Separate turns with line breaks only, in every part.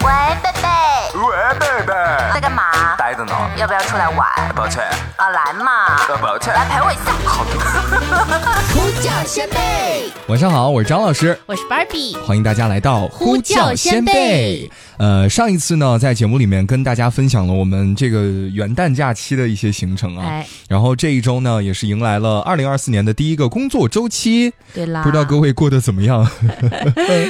喂，贝贝，
喂，贝贝，
在干嘛？
呆着呢。
要不要出来玩？
抱歉，
啊，来嘛，
呃，抱歉。
来陪我一下。
好的。
呼叫先辈，
晚上好，我是张老师，
我是 Barbie。
欢迎大家来到
呼叫先辈。
呃，上一次呢，在节目里面跟大家分享了我们这个元旦假期的一些行程啊，
哎，
然后这一周呢，也是迎来了二零二四年的第一个工作周期，
对啦，
不知道各位过得怎么样？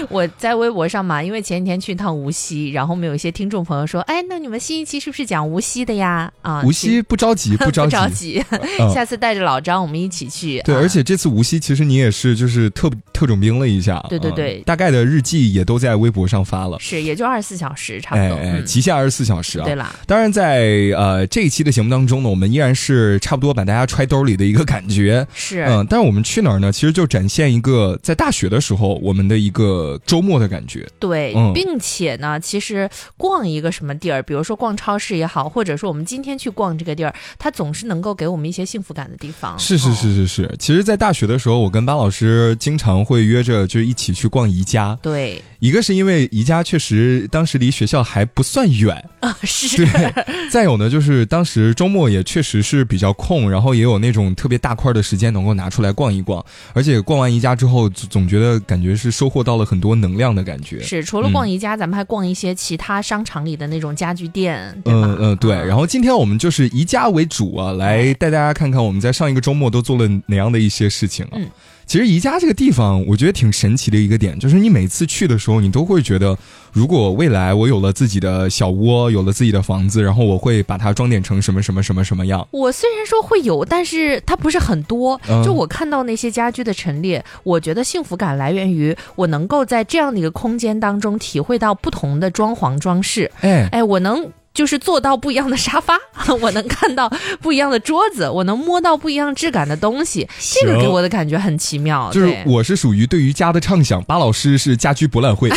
我在微博上嘛，因为前几天去一趟无锡，然后我们有一些听众朋友说，哎，那你们新一期是不是讲无锡的呀？啊，
无锡不着 急，
其实
不着急，
急，
嗯
下次带着老张我们一起去。
对，
啊
而且这次无锡其实你也是就是特特种兵了一下，
对对
嗯
对
大概的日记也都在微博上发了，
是也就二十四小时差不
哎
多。
哎，
嗯
极限二十四小时啊，
对啦，
当然在，呃这一期的节目当中呢，我们依然是差不多把大家揣兜里的一个感觉。
是
嗯，但是我们去哪儿呢？其实就展现一个在大学的时候我们的一个周末的感觉。
对
嗯，
并且呢，其实逛一个什么地儿，比如说逛超市也好，或者说我们今天去逛这个地儿，它总是能够给我们一些幸福感的地方。
是是
哦，
是是是，其实，在大学的时候，我跟巴老师经常会约着就一起去逛宜家。
对
一个是因为宜家确实当时离学校还不算远，
啊，是
对。再有呢，就是当时周末也确实是比较空，然后也有那种特别大块的时间能够拿出来逛一逛，而且逛完宜家之后，总总觉得感觉是收获到了很多能量的感觉。
是，除了逛宜家，咱们还逛一些其他商场里的那种家具店，对吧
嗯？嗯，对。
啊
然后今天我们就是以家为主啊，来带大家看看我们在上一个周末都做了哪样的一些事情啊。
嗯
其实宜家这个地方，我觉得挺神奇的一个点，就是你每次去的时候，你都会觉得，如果未来我有了自己的小窝，有了自己的房子，然后我会把它装点成什么什么什么什么样。
我虽然说会有，但是它不是很多
嗯。
就我看到那些家居的陈列，我觉得幸福感来源于我能够在这样的一个空间当中体会到不同的装潢装饰。
哎，
哎，我能就是坐到不一样的沙发， 我能看到不一样的桌子，我能摸到不一样质感的东西，这个
行
给我的感觉很奇妙。
就是
对
我是属于对于家的畅想，巴老师是家居博览 会。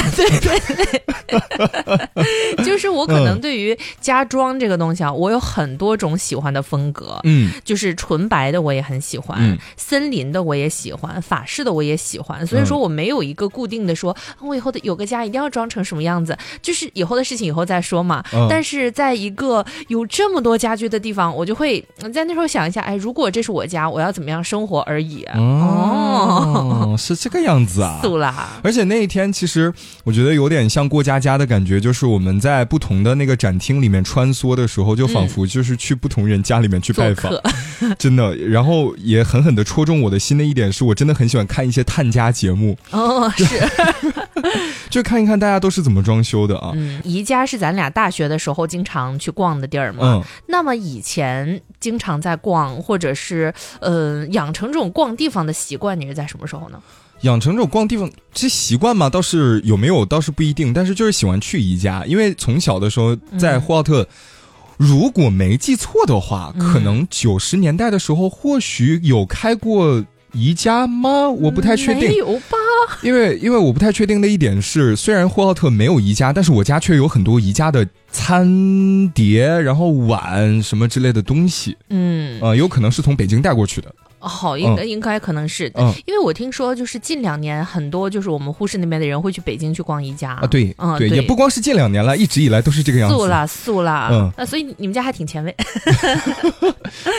就是我可
嗯
能对于家装这个东西啊，我有很多种喜欢的风格。
嗯，
就是纯白的我也很喜欢，
嗯
森林的我也喜欢，法式的我也喜欢，所以
嗯
说我没有一个固定的说，啊我以后的有个家一定要装成什么样子，就是以后的事情以后再说嘛。
嗯
但是在一个有这么多家居的地方，我就会嗯在那时候想一下，哎，如果这是我家，我要怎么样生活而已。
嗯
哦，
哦，是这个样子啊。
素啦，
而且那一天，其实我觉得有点像过家家的感觉，就是我们在不同的那个展厅里面穿梭的时候，就仿佛就是去不同人家里面去
嗯做
拜访，
客
真的。然后也狠狠的戳中我的心的一点是，我真的很喜欢看一些探家节目，
哦，是。
就看一看大家都是怎么装修的啊。
嗯，宜家是咱俩大学的时候经常去逛的地儿嘛。
嗯，
那么以前经常在逛，或者是呃养成这种逛地方的习惯，你是在什么时候呢？
养成这种逛地方这习惯嘛，倒是有没有倒是不一定，但是就是喜欢去宜家，因为从小的时候在
嗯
呼和浩特，如果没记错的话，可能嗯九十年代的时候或许有开过。宜家吗？我不太确定
没，有吧？
因为因为我不太确定的一点是，虽然呼和浩特没有宜家，但是我家却有很多宜家的餐碟，然后碗什么之类的东西，
嗯，
呃，有可能是从北京带过去的。
好，应该应该可能是，
嗯
因为我听说就是近两年很多就是我们呼市那边的人会去北京去逛宜家
啊，对，
嗯，
对，也不光是近两年了，一直以来都是这个样子。
素啦素啦，
嗯
那所以你们家还挺 前卫，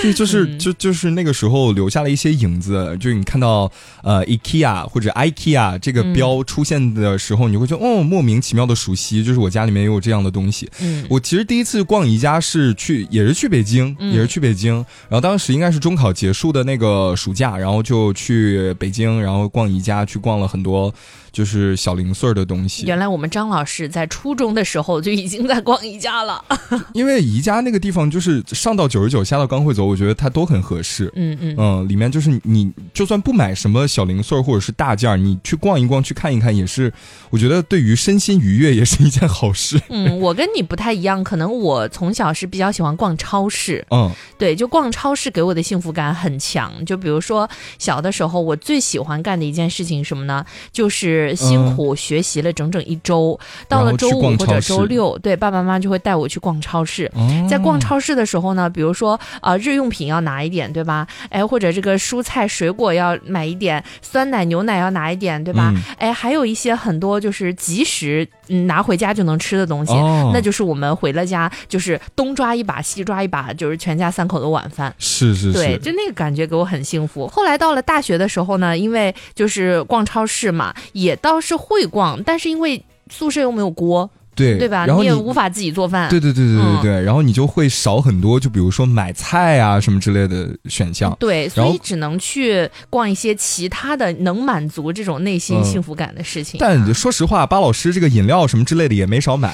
对，就是
嗯
就就是那个时候留下了一些影子，就是你看到呃 IKEA 或者 IKEA 这
嗯
个标出现的时候，你会觉得哦莫名其妙的熟悉，就是我家里面也有这样的东西。
嗯，
我其实第一次逛宜家是去，也是去北京，
嗯
也是去北京。然后当时应该是中考结束的那个暑假，然后就去北京，然后逛宜家，去逛了很多就是小零碎儿的东西。
原来我们张老师在初中的时候就已经在逛宜家了，
因为宜家那个地方就是上到九十九，下到刚会走，我觉得它都很合适。
嗯嗯，
嗯，里面就是你就算不买什么小零碎儿或者是大件儿，你去逛一逛、去看一看，也是我觉得对于身心愉悦也是一件好事。
嗯，我跟你不太一样，可能我从小是比较喜欢逛超市，
嗯，
对，就逛超市给我的幸福感很强
想，就比如说小的时候，我最喜欢干的一件事情是什么呢？就是辛苦学习了整整一周，到了周
嗯然后去
五
逛
或
超
者
市
周六，对爸爸妈妈就会带我去逛超市。
哦
在逛超市的时候呢，比如说啊、呃日用品要拿一点，对吧？哎，或者这个蔬菜水果要买一点，酸奶牛奶要拿一点，对吧？
嗯
哎，还有一些很多就是即时、嗯、拿回家就能吃的东西，
哦，
那就是我们回了家就是东抓一把西抓一把，就是全家三口的晚饭。
是是
对，
是，
就那个感觉给我很幸福。后来到了大学的时候呢，因为就是逛超市嘛，也倒是会逛，但是因为宿舍又没有锅，
对
对吧？
然后
你
你
也无法自己做饭。
对对对对对
嗯
对，然后你就会少很多，就比如说买菜啊什么之类的选项。
对，
然
所
后
以只能去逛一些其他的能满足这种内心
嗯
幸福感的事情。
但说实话，巴老师这个饮料什么之类的也没少买，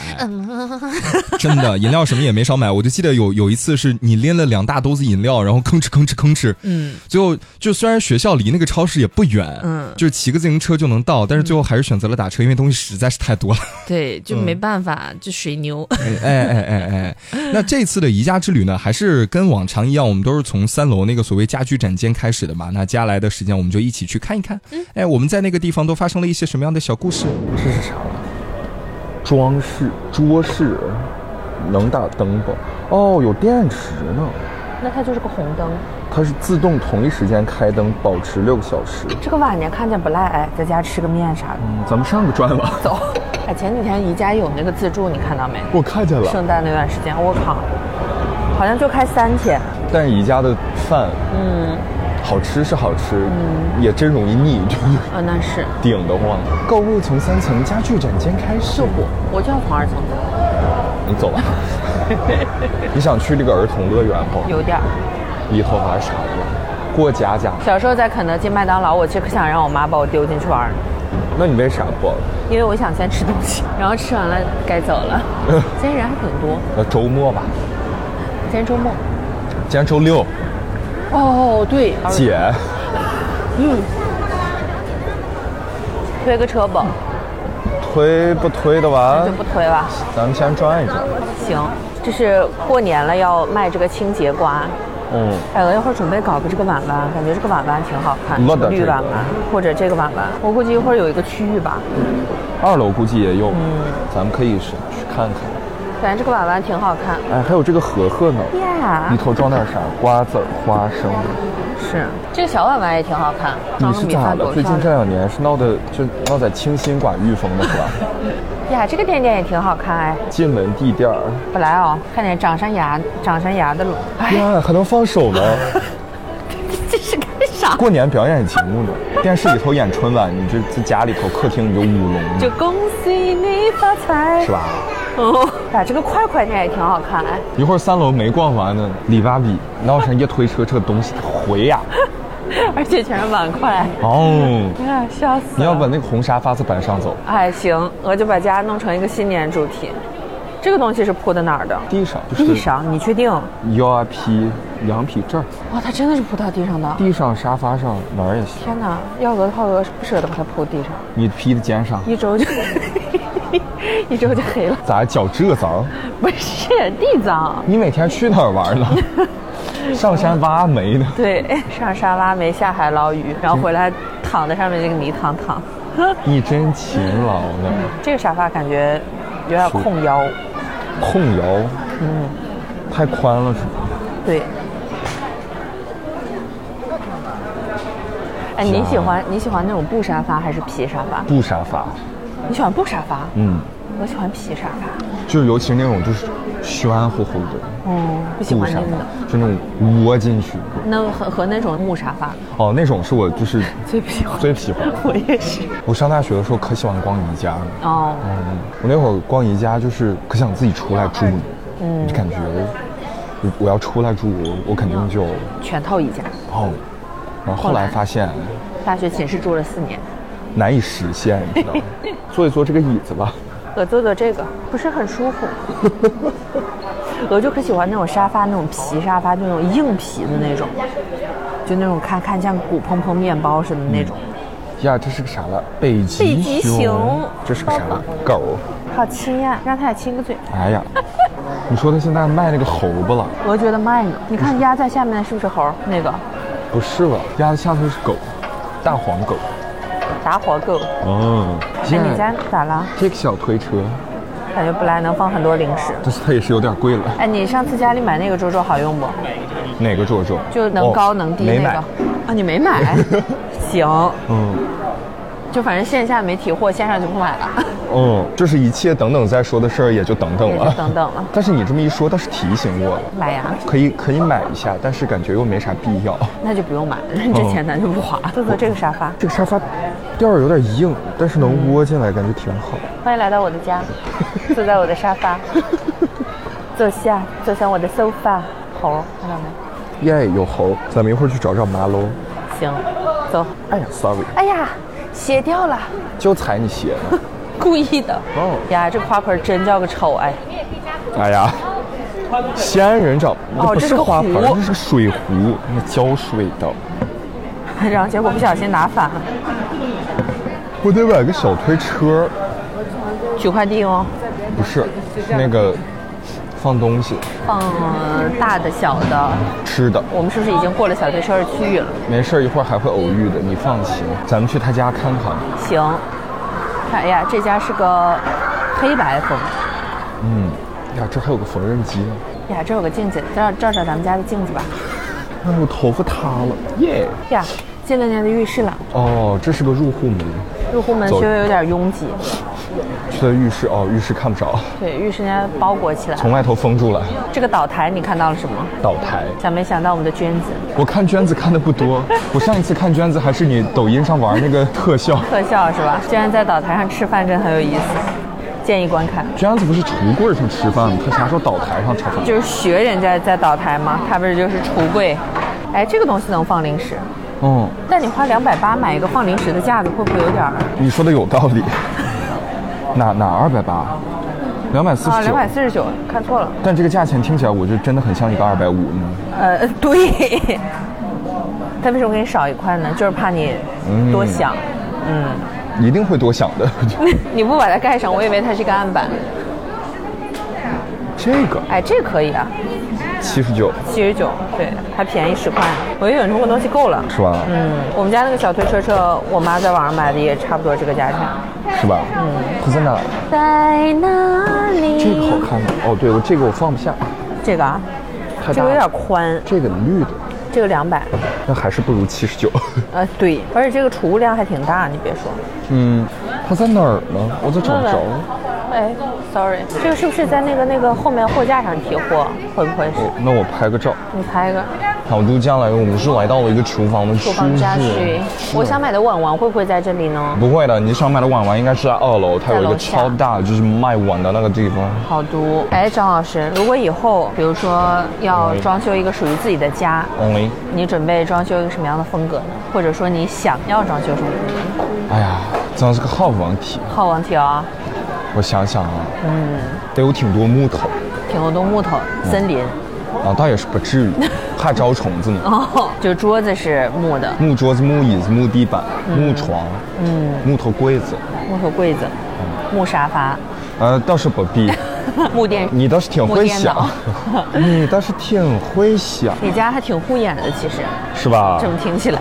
真的饮料什么也没少买。我就记得有有一次是你拎了两大兜子饮料，然后吭哧吭哧吭哧，
嗯
最后就虽然学校离那个超市也不远，
嗯，
就是骑个自行车就能到，但是最后还是选择了打车，因为东西实在是太多了。
对，就
嗯
没办法，就水牛。
哎 哎哎哎哎！那这次的宜家之旅呢，还是跟往常一样，我们都是从三楼那个所谓家居展间开始的嘛。那接下来的时间，我们就一起去看一看，哎，我们在那个地方都发生了一些什么样的小故事？
这是啥？装饰桌饰，能打灯不？哦，有电池呢。
那它就是个红灯，
它是自动同一时间开灯，保持六个小时。
这个晚年看见不赖，哎，在家吃个面啥的，
嗯，咱们上个转吧。
走。哎，前几天宜家有那个自助，你看到没？
我看见了，
圣诞那段时间，我靠，好像就开三天。
但是宜家的饭，嗯，好吃是好吃，
嗯
也真容易腻，就
呃，那是，
顶得慌。购物从三层家具展间开始，
我就要从二层走，
你走 吧。你想去这个儿童乐园不？
有点儿。
以后玩啥了？过家家？
小时候在肯德基、麦当劳，我其实可想让我妈把我丢进去玩儿呢，
那你为啥不？
因为我想先吃东西， 然后吃完了该走了。今天人还挺多，
那周末吧，
今天周末。
今天周六，
哦，对，
姐，
推个车吧，
推不推得完
就？不推了。
咱们先转一转。
行，这是过年了要卖这个清节瓜。
嗯，
哎，我一会儿准备搞个这个碗碗，感觉这个碗碗挺好看，
没
这
得
个绿
这个
碗碗或者这个碗碗，我估计一会儿有一个区域吧。
二楼估计也有，
嗯
咱们可以是去看看。
感觉这个碗碗挺好看。
哎，还有这个盒盒呢，
呀、
里头装点啥？瓜子儿、花生。
是这个小碗碗也挺好看，装
你
个
是
米
咋
饭
了？
多
最
漂
近这
亮。
两年是闹得就闹在清心寡欲风的是吧？
呀，这个店店也挺好看哎。
进门地垫儿，
本来哦，看见长山崖，长山崖的龙，哎，
呀，还能放手呢。
这是干啥？
过年表演节目呢，电视里头演春晚，你这在家里头客厅你就舞龙
就
呢，
恭喜你发财
是？吧？
哦，呀，这个块块店也挺好看哎。
一会儿三楼没逛完呢，里哇里闹上一推车，这东西回呀、
而且全是碗筷，
哦，
哎呀，笑死了！
你要把那个红沙发子搬上走，
哎，行，我就把家弄成一个新年主题。这个东西是铺的哪儿的？
地上就是
地上，你确定？哇，
腰啊皮羊皮这儿，
它真的是铺到地上的！
地上沙发上哪儿也行，
天哪，要鹅的话，鹅是不舍得把它铺地上，
你披的肩上，
一周就 一周就黑了。
咋脚这脏？
不是地脏，
你每天去哪儿玩呢？ 上山挖煤呢？
对，上山挖煤，下海捞鱼，然后回来躺在上面那个泥塘躺。嗯
你真勤劳呢，
这个沙发感觉有点控腰，
控腰，嗯，太宽了是吧？
对。哎，你
啊
喜欢你喜欢那种布沙发还是皮沙发？
布沙发，
你喜欢布沙发？
嗯，
我喜欢皮沙发。
就是尤其那种就是暄乎乎的
哦，不喜
布
欢
沙
真的。
发，就那种窝进去，
那和和那种木沙发
哦，那种是我就是
最不喜欢。
最喜欢。
我也是。
我上大学的时候可喜欢逛宜家了。
哦，
嗯，我那会儿逛宜家就是可想自己出来住，嗯，就感觉我我要出来住，我我肯定就
全套宜家，
哦。然后后来发现
大学寝室住了四年。
难以实现，你 知道吗？坐一坐这个椅子吧，
我坐坐这个不是很舒服。 我就可喜欢那种沙发，那种皮沙发，就那种硬皮的那种，就那种看看像鼓砰砰面包似的那种。
呀，这是个啥了？北极
北极熊哦
这是个啥了？狗。
好亲呀、让他俩亲个嘴。
哎呀，你说他现在卖那个猴子了？
我觉得慢呢。你看鸭在下面是不是猴？那个
不是吧？鸭子下头是狗，大黄狗。
打火狗。
哦，
哎，
现
你家
在
咋了？
这个小推车，
感觉本来能放很多零食。
但是它也是有点贵了。
哎，你上次家里买那个周周好用不？
哪个皱皱？
就能高
哦
能低
没
那个。
买。
啊，你没 买？行，
嗯。
就反正线下没提货，线上就不买了，
嗯，就是一切等等再说的事儿，也就等等
也
了
就。等等了。
但是你这么一说，倒是提醒我了，
买呀，
可以可以买一下，但是感觉又没啥必要。
那就不用买了，那这钱咱就不花。哥哥，哦这个沙发，
这个沙发垫儿有点硬，但是能窝进来，感觉挺好。
欢迎来到我的 家，坐在我的沙 发，坐下，坐向我的 sofa。猴，看到没？
耶，有猴，咱们一会儿去找找妈喽。
行，走。
哎呀，sorry，
哎呀，鞋掉了，
就踩你鞋 呢。
故意的。
哦，
呀，这花盆真叫个丑哎！
哎呀，西安人找
哦
不
这是
是
个
花盆
壶，
这是水壶，那浇水的。
然后结果不小心拿反了，
我得买个小推车，
取快递哦，
不是，是那个放东西
放嗯大的、小的。
吃的。
我们是不是已经过了小推车的区域了？
没事儿，一会儿还会偶遇的，你放心。咱们去他家看看。
行，看，哎呀，这家是个黑白风。
嗯，呀，这还有个缝纫机呢。
呀，这有个镜子，照照照咱们家的镜子吧。
哎，我头发塌了，耶！
呀，进了您的浴室了，
哦，这是个入户门，
入户门
走
稍微有点拥挤。
去了浴室哦，浴室看不着，
对，浴室人家包裹起来。
从外头封住了。
这个岛台你看到了什么？
倒台，
想没想到我们的娟子
我看娟子看的不 多，我上一次看娟子还是你抖音上玩那个特效。
特效是吧？娟子在岛台上吃饭，真的很有意思，建议观看。
娟子不是橱柜上吃饭吗？她啥时候倒台上吃饭？
就是学人家在岛台嘛，他不是就是橱柜？哎，这个东西能放零食，
嗯，
但你花两百八买一个放零食的架子，会不会有点儿？
你说的有道理。哪哪二百八？两百四
啊，两
十九。
百四十九，看错了。
但这个价钱听起来，我就真的很像一个二百五呢。
呃， 对。他为什么给你少一块呢？就是怕你多想。 嗯，
一定会多想的。 我觉得
你不把它盖上，我以为它是个案板。
这个
哎，这可以啊，
七十九
七十九，对，还便宜十块。我觉得有这个东西够了。
是吧？
嗯，我们家那个小推车车，我妈在网上买的也差不多这个价钱。
是吧？嗯，它在哪？
在哪里？
这个好看吗？哦，对，我这个我放不下，
这个啊，
太
这
大
个有点
了。
宽，
这个绿的，
这个两百。
那还是不如七十九。
呃，对，而且这个储物量还挺大，你别说。
嗯，它在哪儿呢？我咋找不着？
哎，sorry，这个是不是在那个那个后面货架上提货？会不会是？
哦，那我拍个照。
你拍一个
好，就这样来，我们是来到了一个厨房的
厨
区
房家具
域。。
我想买的碗碗会不会在这里呢？
不会的，你想买的碗碗应该是在二楼，它有一
在
个
楼下
超大，就是卖碗的那个地方。
好毒！哎，张老师，如果以后比如说要装修一个属于自己的家，
Only，
你准备装修一个什么样的风格呢？或者说你想要装修什么风格？
哎呀，真是个好问题。
好王条啊，
我想想啊，嗯，得有挺多木头。
挺多多木头，森林
啊，倒也是不至于，怕招虫 子呢。
哦，就桌子是木的，
木桌子、木椅子、木地板、木床，嗯，木头柜子，
木头柜子，木沙发，
呃，倒是不 必。
木电。
你倒是挺会想
木，
你倒是挺会想，
你家还挺护眼的，其实
是吧
这？么听起来，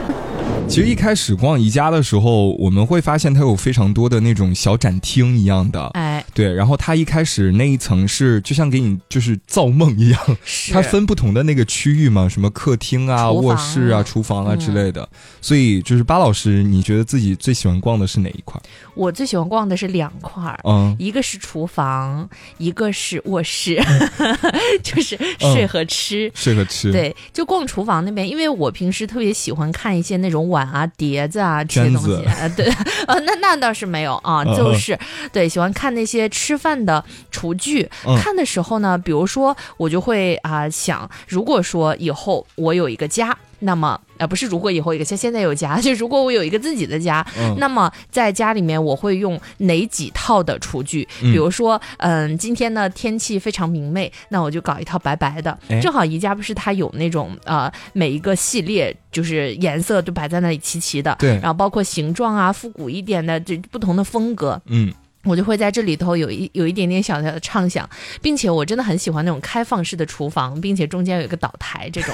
其实一开始逛宜家的时候，我们会发现它有非常多的那种小展厅一样的，
哎，
对，然后它一开始那一层是就像给你就是造梦一样，
是
它分不同的那个区域嘛，什么客厅啊、
厨房
卧室
嗯
啊、厨房啊之类的。所以就是巴老师，你觉得自己最喜欢逛的是哪一块？
我最喜欢逛的是两块儿。
嗯，
一个是厨房，一个是卧室，
嗯
就是睡和吃。
睡和吃。，
对，就逛厨房那边，因为我平时特别喜欢看一些那种碗啊、碟子啊这些东
圈
西
子
啊，对，呃，那那倒是没有啊，
嗯
就是对喜欢看那些吃饭的厨具。
嗯
看的时候呢，比如说我就会啊、想，如果说以后我有一个家，那么呃不是如果以后有一个家，现在有家，就如果我有一个自己的家，
嗯
那么在家里面我会用哪几套的厨具？
嗯
比如说，嗯、今天呢天气非常明媚，那我就搞一套白白的
哎。
正好宜家不是它有那种呃每一个系列就是颜色都摆在那里齐齐的，
对
然后包括形状啊复古一点的这不同的风格，
嗯，
我就会在这里头有一有一点点小小的畅想， 并且我真的很喜欢那种开放式的厨房，并且中间有一个岛台这种。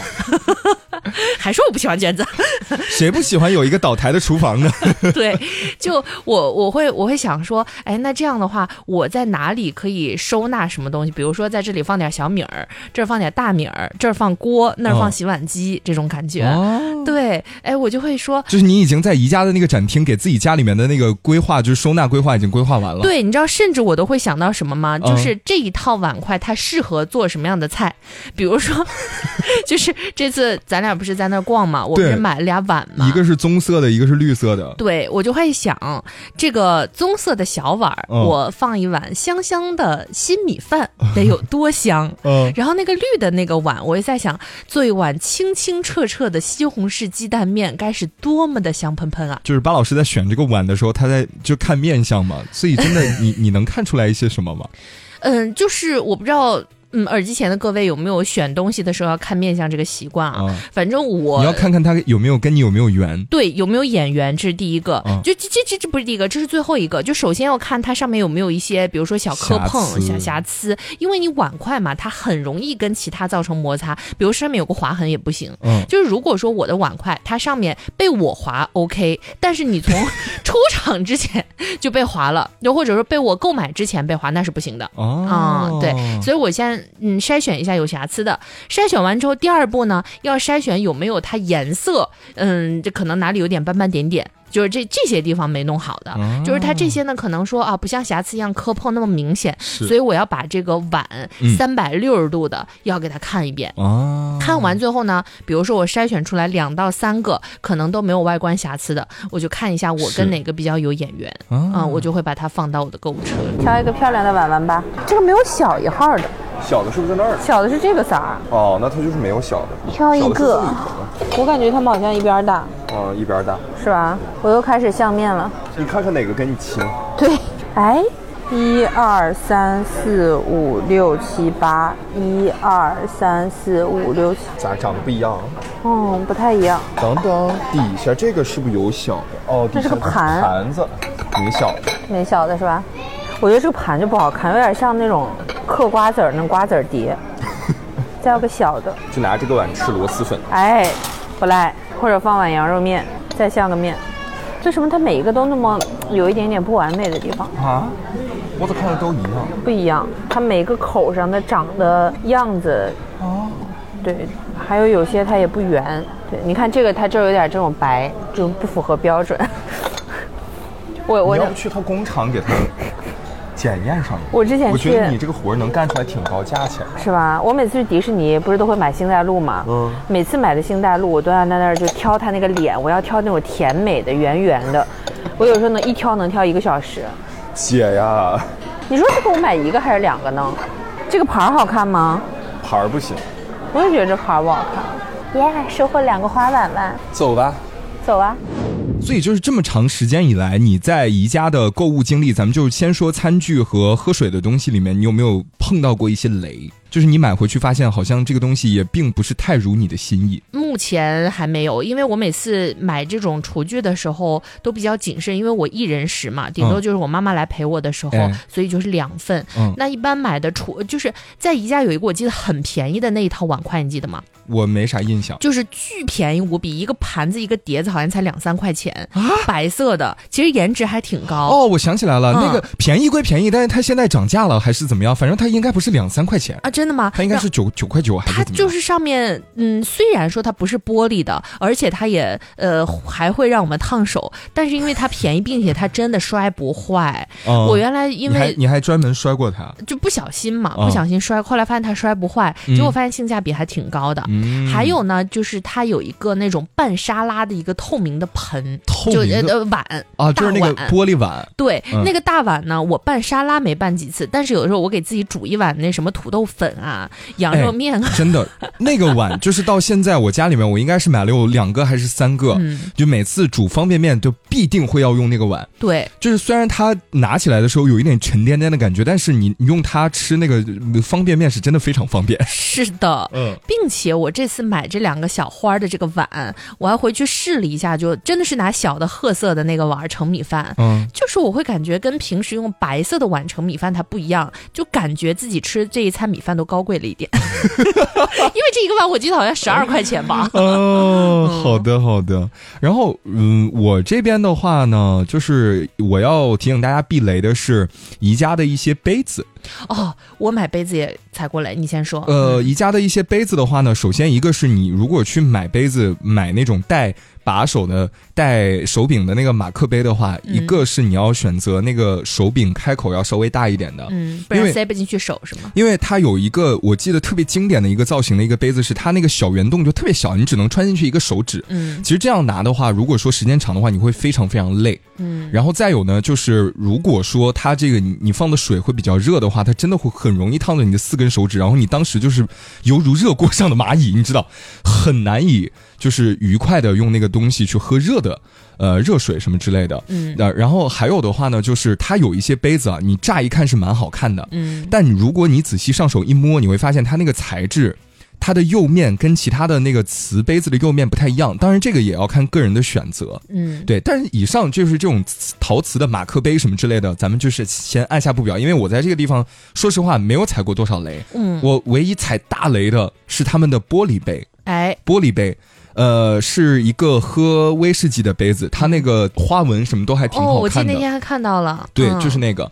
还说我不喜欢卷子。
谁不喜欢有一个倒台的 厨房呢？
对，就我我会我会想说，哎，那这样的话，我在哪里可以收纳什么东西？比如说在这里放点小米儿，这儿放点大米儿，这儿放锅，那儿放
哦
洗碗机，这种感觉。
哦，
对，哎，我就会说。
就是你已经在宜家的那个展厅，给自己家里面的那个规划，就是收纳规划已经规划完了。
对，你知道，甚至我都会想到什么吗？就
嗯
是这一套碗筷它适合做什么样的菜？比如说， 就是这次咱俩不是在那儿逛嘛，我不是
对
买了俩碗嘛，
一个是棕色的，一个是绿色的。
对我就会想，这个棕色的小碗儿，
嗯
我放一碗香香的新米饭，得有多香？
嗯，
然后那个绿的那个碗，我就在想，做一碗清清澈澈的西红柿鸡蛋面，该是多么的香喷喷啊！
就是巴老师在选这个碗的时候，他在就看面相嘛，所以真的你 你能看出来一些什么吗？
嗯，就是我不知道，嗯，耳机前的各位有没有选东西的时候要看面相这个习惯啊？
啊，
反正我
你要看看他有没有跟你有没有缘。
对，有没有眼缘，这是第一个。
嗯
就这这这这不是第一个，这是最后一个。就首先要看它上面有没有一些，比如说小磕碰、
瑕疵
小瑕疵，因为你碗筷嘛，它很容易跟其他造成摩擦。比如上面有个划痕也不行。
嗯，
就是如果说我的碗筷它上面被我划 OK，但是你从 出厂之前就被划了，又或者说被我购买之前被划，那是不行的。啊、
哦，
对，所以我先嗯筛选一下有瑕疵的，筛选完之后，第二步呢要筛选有没有它颜色，嗯，这可能哪里有点斑斑点点，就是这这些地方没弄好的，
啊
就是它这些呢可能说啊不像瑕疵一样磕碰那么明显，
是
所以我要把这个碗
嗯
三百六十度的要给它看一遍。
啊，
看完最后呢，比如说我筛选出来两到三个可能都没有外观瑕疵的，我就看一下我
是
跟哪个比较有眼缘，
啊
嗯，我就会把它放到我的购物车里。
挑一个漂亮的碗碗吧。这个没有小一号的，
小的是不是在那儿？
小的是这个色儿。
哦，那它就是没有小的。
挑一
小的是
个
这
我感觉它们好像一边大，
嗯，一边儿大。
是吧？我又开始相面了。
你看看哪个跟你亲？
对， 哎，一二三四五六七八，一二三四五六七，
咋长得不一样？啊
嗯，不太一样。
等等，底下这个是不是有小的？哦，
这是个
底下
盘
盘子，没小的。
没小的是吧？我觉得这个盘就不好看，有点像那种嗑瓜子儿那瓜子儿 碟。再要个小的，
就拿这个碗吃螺蛳粉。
哎，不赖，或者放碗羊肉面，再像个面。为什么它每一个都那么有一点点不完美的地方？
啊？我咋看着都一样？
不一样，它每个口上的长的样子，
哦
对，还有有些它也不圆，对，你看这个它这儿有点这种白，就不符合标准。 我我
你要不去他工厂给他检验上一个？
我之前
我觉得
去
你这个活儿能干出来挺高价钱。
是吧？我每次去迪士尼不是都会买星黛露嘛，
嗯
每次买的星黛露，我都要在那儿就挑它那个脸，我要挑那种甜美的、圆圆的，我有时候能一挑能挑一个小时。
姐呀，
你说这个我买一个还是两个呢？这个盘儿好看吗？
牌儿不行，
我也觉得这盘儿不好看。耶、收获两个花碗碗，
走吧。
走啊！
所以就是这么长时间以来，你在宜家的购物经历，咱们就先说餐具和喝水的东西里面，你有没有碰到过一些雷？就是你买回去发现，好像这个东西也并不是太如你的心意。
目前还没有，因为我每次买这种厨具的时候都比较谨慎，因为我一人食嘛，顶多就是我妈妈来陪我的时候，
嗯哎
所以就是两份。
嗯
那一般买的厨就是在宜家有一个我记得很便宜的那一套碗筷，你记得吗？
我没啥印象。
就是巨便宜无比，一个盘子一个碟子好像才两三块钱，白色的，其实颜值还挺高。
啊哦，我想起来了，
嗯
那个便宜归便宜，但是它现在涨价了还是怎么样？反正它应该不是两三块钱，
啊，真的吗？
它应该是九九块九还
它
是怎么样？
就是上面，嗯，虽然说它不是玻璃的，而且它也呃还会让我们烫手，但是因为它便宜，并且它真的摔不坏。
嗯
我原来因
你还
为
你还专门摔过它，
就不小心嘛，
嗯
不小心摔，后来发现它摔不坏，
嗯
结果发现性价比还挺高的。
嗯，
还有呢，就是它有一个那种半沙拉的一个透明的盆，
透
就
明
呃
的
呃碗
啊，就是那个
大碗
玻璃碗，
对，
嗯
那个大碗呢，我拌沙拉没拌几次，但是有的时候我给自己煮一碗那什么土豆粉啊、羊肉
哎
面啊，
真的，那个碗就是到现在我家里面，我应该是买了有两个还是三个，
嗯，
就每次煮方便面都必定会要用那个碗。
对，
就是虽然它拿起来的时候有一点沉甸甸的感觉，但是你你用它吃那个呃方便面是真的非常方便。
是 的，
嗯，
并且我这次买这两个小花儿的这个碗，我还回去试了一下，就真的是拿小小的褐色的那个碗儿盛米饭，
嗯，
就是我会感觉跟平时用白色的碗盛米饭它不一样，就感觉自己吃这一餐米饭都高贵了 一点，因为这一个碗我记得好像十二块钱 吧。
哦，好的好的。然后，嗯，我这边的话呢，就是我要提醒大家避雷的是宜家的一些杯子。
哦，我买杯子也才过来，你先说。
呃，宜家的一些杯子的话呢，首先一个是你如果去买杯子，买那种带把手的、带手柄的那个马克杯的话，一个是你要选择那个手柄开口要稍微大一点的，
嗯，不
因
然
为
塞不进去手是吗？
因为它有一个我记得特别经典的一个造型的一个杯子，是它那个小圆洞就特别小，你只能穿进去一个手指。
嗯
其实这样拿的话，如果说时间长的话，你会非常非常累。
嗯，
然后再有呢，就是如果说它这个你你放的水会比较热的话，它真的会很容易烫着你的四根手指，然后你当时就是犹如热锅上的蚂蚁，你知道，很难以就是愉快的用那个东西去喝热的。呃，热水什么之类的，
嗯
呃，然后还有的话呢，就是它有一些杯子啊，你乍一看是蛮好看的，
嗯
但如果你仔细上手一摸，你会发现它那个材质，它的釉面跟其他的那个瓷杯子的釉面不太一样。当然，这个也要看个人的选择。
嗯，
对，但是以上就是这种瓷陶瓷的马克杯什么之类的，咱们就是先按下不表，因为我在这个地方说实话没有踩过多少雷。
嗯
我唯一踩大雷的是他们的玻璃杯，
哎，
玻璃杯。呃，是一个喝威士忌的杯子，它那个花纹什么都还挺
哦，
好
我记得
看的。
那天还看到了，
对，
嗯
就是那个，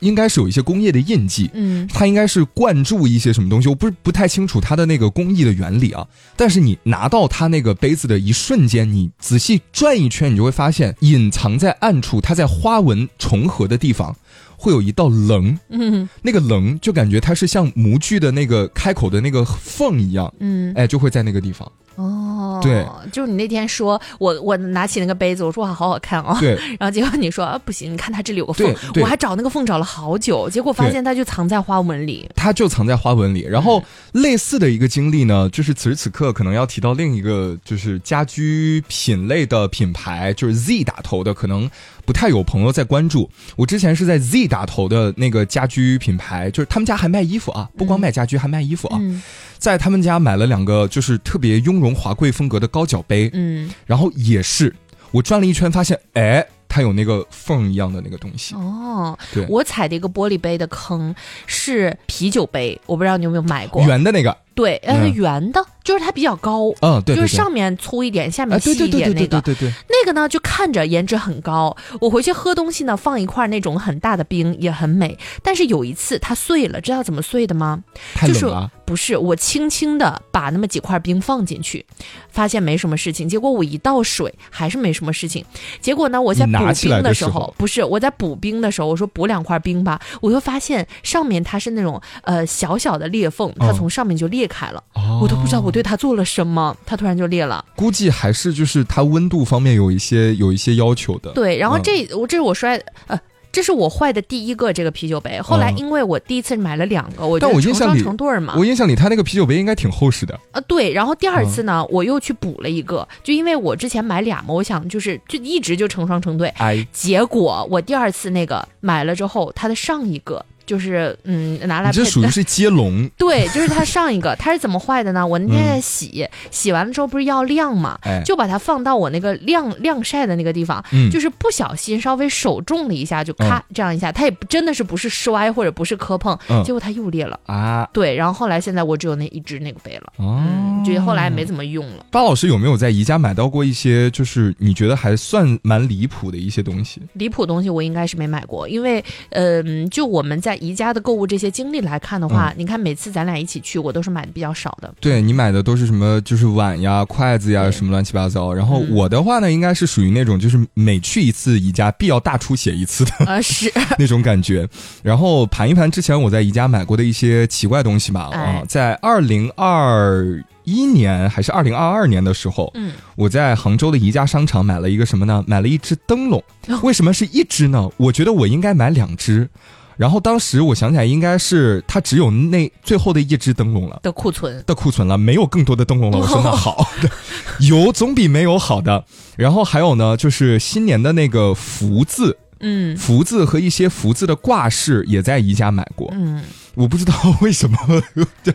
应该是有一些工业的印记。
嗯
它应该是灌注一些什么东西，我不是不太清楚它的那个工艺的原理啊。但是你拿到它那个杯子的一瞬间，你仔细转一圈，你就会发现隐藏在暗处，它在花纹重合的地方会有一道棱，
嗯
那个棱就感觉它是像模具的那个开口的那个缝一样，
嗯，
哎，就会在那个地方。
哦，
对，
就是你那天说我我拿起那个杯子，我说哇好好看哦，
对，
然后结果你说啊不行，你看它这里有个缝
对，对
我还找那个缝找了好久，结果发
对
现它就藏在花纹里。
它就藏在花纹里。然
嗯
后类似的一个经历呢，就是此时此刻可能要提到另一个就是家居品类的品牌，就是 Z 打头的，可能不太有朋友在关注。我之前是在 Z 打头的那个家居品牌，就是他们家还卖衣服啊，不光卖家居，还卖衣服啊。
嗯
在他们家买了两个就是特别雍容华贵风格的高脚杯，
嗯，
然后也是我转了一圈发现，哎，它有那个缝一样的那个东西。
哦
对，
我踩的一个玻璃杯的坑是啤酒杯，我不知道你有没有买过。
圆的那个，
对，呃，
嗯
圆的，就是它比较高，
嗯，对对对，
就是上面粗一点，下
啊，
面细
对对
一点
对对对
那
对
个。
对对，
那个呢，就看着颜值很高。我回去喝东西呢，放一块那种很大的冰也很美。但是有一次它碎了，知道怎么碎的吗？
太
就
冷
是
了啊。
不是，我轻轻的把那么几块冰放进去，发现没什么事情。结果我一倒水还是没什么事情。结果呢，我在
你
补
拿起来
冰
的
的时
时
候，
候
不是我在补冰的时候，我说补两块冰吧，我又发现上面它是那种呃小小的裂缝，它
嗯
从上面就裂开了，
哦
我都不知道我对它做了什么，它突然就裂了。
估计还是就是它温度方面有一些有一些要求的。
对，然后
嗯
这我、这是我摔呃。这是我坏的第一个这个啤酒杯，后来
嗯
因为我第一次买了两个，我
但
觉
我
得
印
成
象
双
里
成对儿嘛。
我印象里它那个啤酒杯应该挺厚实的。
啊，对，然后第二
嗯
次呢，我又去补了一个，就因为我之前买俩嘛，我想就是就一直就成双成对。
哎，
结果我第二次那个买了之后，它的上一个就是嗯拿来
哎你这
配
属于是接龙。
对，就是它上一个它是怎么坏的呢？我那天在洗，洗完了之后不是要晾嘛，
嗯哎，
就把它放到我那个晾晾晒的那个地方，
嗯
就是不小心稍微手重了一下，就咔、这样一下，它也不真的是不是摔或者不是磕碰，
嗯
结果它又裂了。
啊
对，然后后来现在我只有那一只那个杯了，
哦。
嗯，就后来没怎么用了。
巴老师有没有在宜家买到过一些就是你觉得还算蛮离谱的一些东西？
离谱东西我应该是没买过，因为，嗯、就我们在宜家的购物这些经历来看的
嗯
话，你看每次咱俩一起去，我都是买的比较少 的。
对你买的都是什么？就是碗呀、筷子呀，
对
什么乱七八糟。然后
嗯
我的话呢，应该是属于那种就是每去一次宜家必要大出血一次的。
呃，是，
那种感觉。然后盘一盘之前我在宜家买过的一些奇怪东西吧，
哎
啊，在二零二一年还是二零二二年的时候，
嗯，
我在杭州的宜家商场买了一个什么呢？买了一只灯笼
哦。
为什么是一只呢？我觉得我应该买两只。然后当时我想起来，应该是它只有那最后的一只灯笼了。
的库存，
的库存了，没有更多的灯笼了。我说
哦
那好， 有总比没有好的。然后还有呢，就是新年的那个福字，
嗯
福字和一些福字的挂饰也在宜家买过。
嗯，
我不知道为什么，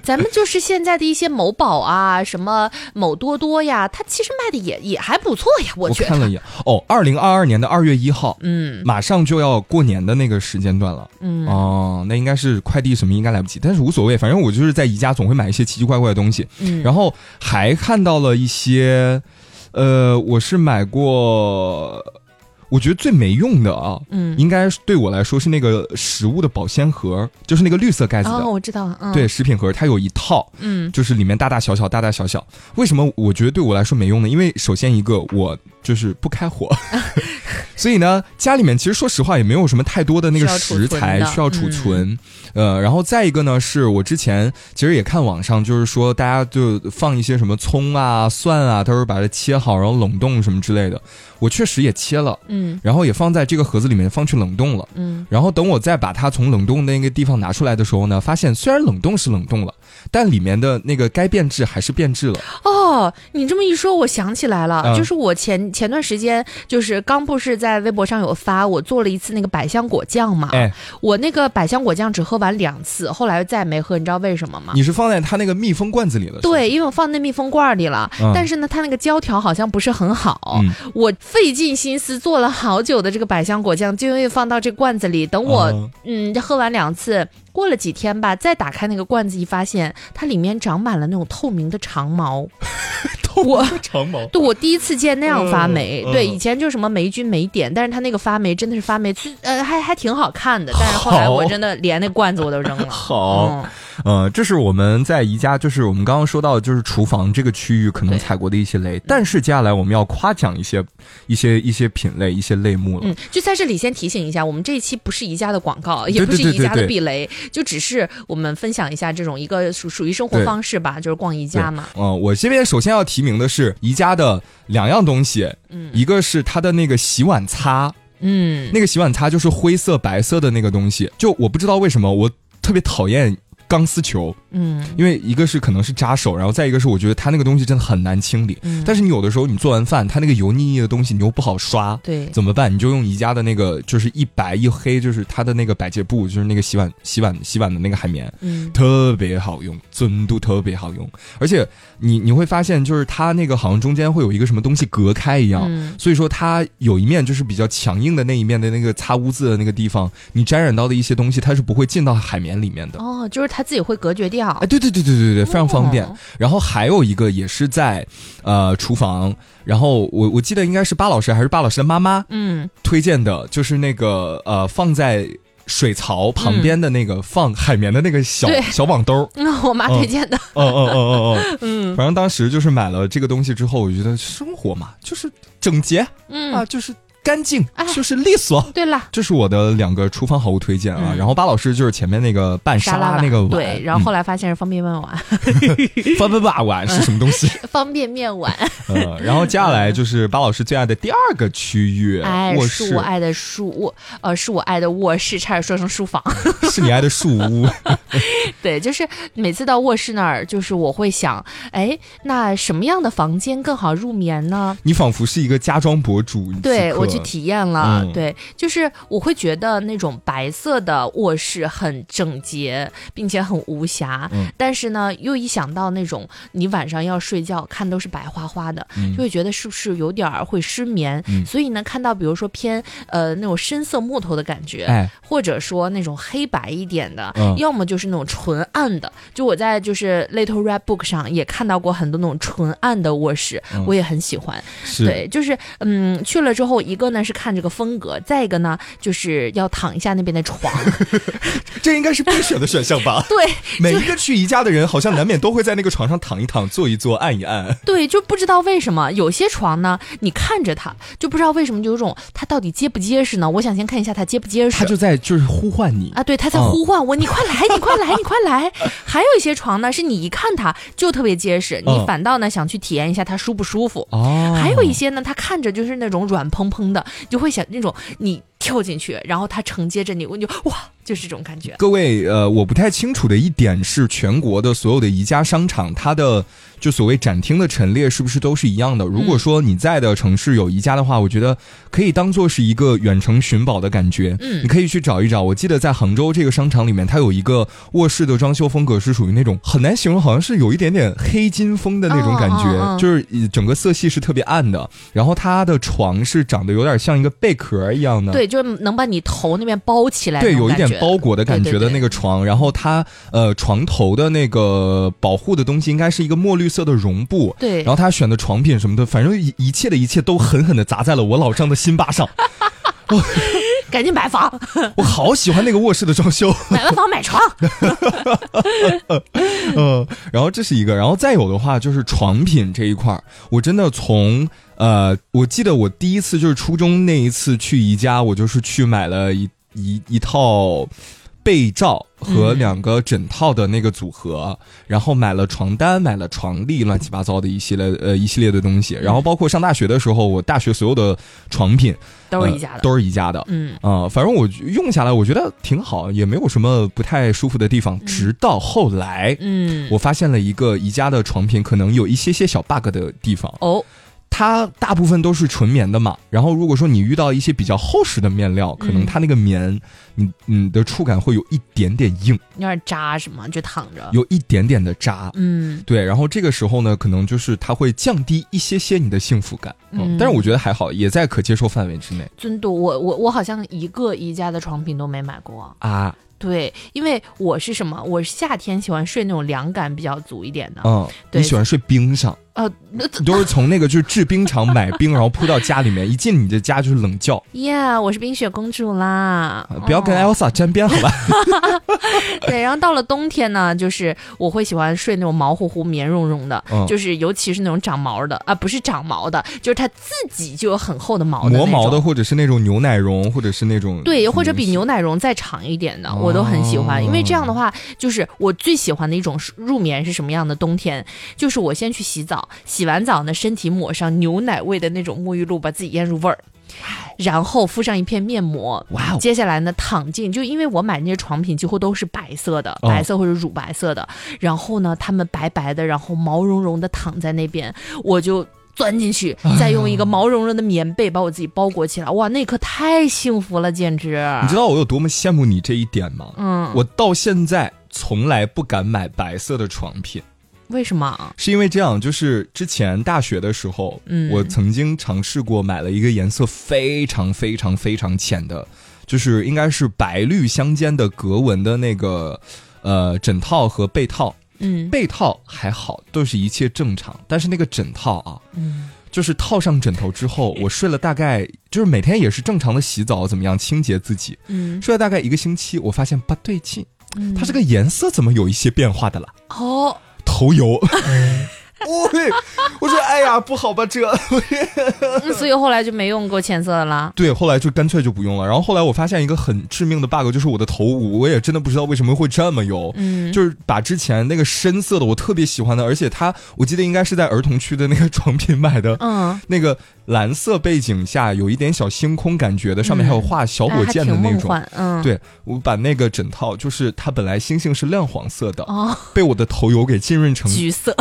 咱们就是现在的一些某宝啊，什么某多多呀，它其实卖的也也还不错呀，我
我
觉
看了
得。
一眼，哦，二零二二年的二月一号，
嗯
马上就要过年的那个时间段了。
嗯
哦，那应该是快递什么应该来不及，但是无所谓，反正我就是在宜家总会买一些奇奇怪怪的东西。
嗯，
然后还看到了一些，呃，我是买过，我觉得最没用的啊，
嗯
应该是对我来说是那个食物的保鲜盒，就是那个绿色盖子的，
哦，我知道了，嗯，
对，，食品盒，它有一套，
嗯
就是里面大大小小，大大小小。为什么我觉得对我来说没用呢？因为首先一个我就是不开 火，所以呢，家里面其实说实话也没有什么太多的那个食材
需
需
要
要
储存的嗯
储存。呃，然后再一个呢，是我之前其实也看网上，就是说大家就放一些什么葱啊、蒜啊，他说把它切好，然后冷冻什么之类的。我确实也切了，
嗯
然后也放在这个盒子里面放去冷冻了。
嗯
然后等我再把它从冷冻那个地方拿出来的时候呢，发现虽然冷冻是冷冻了，但里面的那个该变质还是变质了。
哦，你这么一说，我想起来了，
嗯
就是我前前段时间就是刚不是在微博上有发，我做了一次那个百香果酱嘛，
哎，
我那个百香果酱只喝完两次，后来再没喝，你知道为什么吗？
你是放在它那个密封罐子里了？是吗
对，，因为我放那密封罐里了，
嗯
但是呢，它那个胶条好像不是很好。
嗯
我费尽心思做了好久的这个百香果酱，就因为放到这罐子里，等我、
哦
嗯喝完两次，过了几天吧，再打开那个罐子，一发现它里面长满了那种透明的长 毛。我
长毛。
对我第一次见那样发霉，
嗯嗯
对以前就什么霉菌霉点，但是它那个发霉真的是发霉，其实呃还还挺好看的，但是后来
好
我真的连那罐子我都扔了。 嗯
好，呃，这是我们在宜家，就是我们刚刚说到，就是厨房这个区域可能
对
踩过的一些
嗯
雷，但是接下来我们要夸奖一些、一些、一些品类、一些类目了。
嗯，就在这里先提醒一下，我们这一期不是宜家的广告，也
对
不是
对
宜
对
家的
对
避雷，就只是我们分享一下这种一个属属于生活
对
方式吧，就是逛宜
对
家嘛。
嗯、我这边首先要提名的是宜家的两样东西，嗯，一个是它的那个洗碗擦，
嗯
那个洗碗擦就是灰色、白色的那个东西，就我不知道为什么我特别讨厌钢丝球，
嗯
因为一个是可能是扎手，然后再一个是我觉得它那个东西真的很难清理。
嗯，
但
是
是你有的时候你做完饭，它那个油腻腻的东西你又不好刷，
对，
怎么办？你就用宜家的那个，就是一白一黑，就是它的那个百洁布，就是那个洗碗、洗碗、洗碗的那个海绵，
嗯
特别好用，尊度特别好用。而且你你会发现，就是它那个好像中间会有一个什么东西隔开一样，
嗯
所以说它有一面就是比较强硬的那一面的那个擦污渍的那个地方，你沾染到的一些东西，它是不会进到海绵里面的。
哦，就是它自己会隔绝掉
哎，。对对对对对对，非常方便
哦。
然后还有一个也是在呃厨房，然后我我记得应该是巴老师还是巴老师的妈妈
嗯，
推荐的，就是那个呃放在。水槽旁边的那个放海绵的那个小、
对
小 网兜儿，
那我妈推荐的，
嗯嗯嗯嗯
嗯
嗯，反正当时就是买了这个东西之后，我觉得生活嘛就是整洁，啊，
嗯，
就是干净
哎，
就是利索。
对了。
这是我的两个厨房好物推荐啊。
嗯
然后巴老师就是前面那个拌
沙
沙
拉
拉
碗
那个碗，
对，然后后来发现是方便面碗，
嗯翻翻霸碗是什么东西？
方便面碗，
呃，然后接下来就是巴老师最爱的第二个区 域，
哎，
卧
是
室
我，爱的书卧，呃，是我爱的卧室，差点说成书房。
是你爱的树 屋。
对，就是每次到卧室那儿，就是我会想，哎，那什么样的房间更好入眠呢？
你仿佛是一个家装博主，你
对
此刻
我去体验了，
嗯
对，就是我会觉得那种白色的卧室很整洁，并且很无瑕，
嗯
但是呢，又一想到那种你晚上要睡觉看都是白花花的，
嗯
就会觉得是不是有点儿会失眠？
嗯
所以呢，看到比如说偏呃那种深色木头的感觉，
哎，
或者说那种黑白一点的，
嗯
要么就是那种纯暗的。就我在就是 Little Red Book 上也看到过很多那种纯暗的卧室，
嗯
我也很喜欢。
是
对，就是嗯，去了之后，一个呢是看这个风格，再一个呢就是要躺一下那边的床。？
这应该是必选的选项吧
对
每一个去宜家的人，好像难免都会在那个床上躺一躺、坐一坐、按一按。
对，就不知道为什么有些床呢，你看着它就不知道为什么就有种它到底结不结实呢？我想先看一下它结不结实。
他就在就是呼唤你，
啊，对，他在
嗯
呼唤我，你快来，你快来，你快来。 还有一些床呢，是你一看它就特别结实，你
嗯
反倒呢想去体验一下它舒不舒服。
哦
还有一些呢，它看着就是那种软蓬蓬的，你就会想那种你跳进去，然后它承接着你，我就哇，就是这种感觉。
各位，呃，我不太清楚的一点是，全国的所有的宜家商场，它的就所谓展厅的陈列是不是都是一样的？如果说你在的城市有宜家的话，我觉得可以当做是一个远程寻宝的感觉。
嗯
你可以去找一找。我记得在杭州这个商场里面，它有一个卧室的装修风格是属于那种很难形容，好像是有一点点黑金风的那种感觉，
哦哦哦
就是呃整个色系是特别暗的。然后它的床是长得有点像一个贝壳一样的，
对，就是能把你头那边包起来，
嗯对，有一点包裹的感
对
觉
对
的
对
那个床，然后它呃床头的那个保护的东西应该是一个墨绿色的绒布，
对
然后他选的床品什么的，反正一一切的一切都狠狠的砸在了我老张的心巴上，
赶紧买房，
我好喜欢那个卧室的装修，
买完房买 床。
呃，然后这是一个，然后再有的话就是床品这一块儿，我真的从呃，我记得我第一次就是初中那一次去宜家，我就是去买了一一一套被罩
嗯
和两个枕套的那个组合，然后买了床单，买了床笠，乱七八糟的一系列呃一系列的东西，
嗯
然后包括上大学的时候，我大学所有的床品
都是
呃
宜家的
都是宜家的，
嗯，
啊、反正我用下来我觉得挺好，也没有什么不太舒服的地方。直到后来，
嗯
我发现了一个宜家的床品可能有一些些小 bug 的地方，
哦，
它大部分都是纯棉的嘛。然后如果说你遇到一些比较厚实的面料，可
嗯
能它那个棉，你你的触感会有一点点硬，
有点扎是吗？就躺着。
有一点点的扎。
嗯，
对，然后这个时候呢，可能就是它会降低一些些你的幸福感，
嗯
但是我觉得还好，也在可接受范围之内
尊度，我我我好像一个宜家的床品都没买过。
啊，
对，因为我是什么？我是夏天喜欢睡那种凉感比较足一点的。
嗯，
啊对
你喜欢睡冰上，
呃，那
你都是从那个就是制冰厂买冰，然后铺到家里面，一进你的家就是冷觉，
呀，我是冰雪公主啦
啊！不要跟
哦
Elsa 沾边，好吧？
对，然后到了冬天呢，就是我会喜欢睡那种毛乎乎、绵绒绒的，
嗯
就是尤其是那种长毛的啊，不是长毛的，就是它自己就有很厚的毛的
磨
那
毛的，
种。
或者是那种牛奶绒，或者是那种
对，或者比
什么
牛奶绒再长一点的，
哦
我都很喜欢，因为这样的话，就是我最喜欢的一种入眠是什么样的冬天，就是我先去洗澡，洗完澡呢，身体抹上牛奶味的那种沐浴露，把自己腌入味儿，然后敷上一片面膜，
哎哇哦，
接下来呢，躺进就因为我买那些床品几乎都是白色的，
哦
白色或者乳白色的，然后呢，他们白白的，然后毛茸茸的躺在那边，我就。钻进去，
哎
再用一个毛茸茸的棉被把我自己包裹起来，哇，那一刻太幸福了，简直！
你知道我有多么羡慕你这一点吗？
嗯，
我到现在从来不敢买白色的床品，
为什么？
是因为这样，就是之前大学的时候，
嗯
我曾经尝试过买了一个颜色非常非常非常浅的，就是应该是白绿相间的格纹的那个呃枕套和被套，
嗯
被套还好，都是一切正常，但是那个枕套啊，
嗯，
就是套上枕头之后，我睡了大概就是每天也是正常的洗澡，怎么样清洁自己，
嗯，
睡了大概一个星期，我发现不对劲，
嗯
它这个颜色怎么有一些变化的了？
哦，
头油。我我说哎呀，不好吧这。
嗯所以后来就没用过浅色的啦。
对，后来就干脆就不用了。然后后来我发现一个很致命的 bug，就是我的头骨，我也真的不知道为什么会这么油。
嗯
就是把之前那个深色的我特别喜欢的，而且它我记得应该是在儿童区的那个床品买的，
嗯，
那个蓝色背景下有一点小星空感觉的，上面还有画小
哎
火
还
箭的
挺
那
梦
种。
幻，嗯，，
对我把那个枕套，就是它本来星星是亮黄色的，
哦，
被我的头油给浸润成
橘色，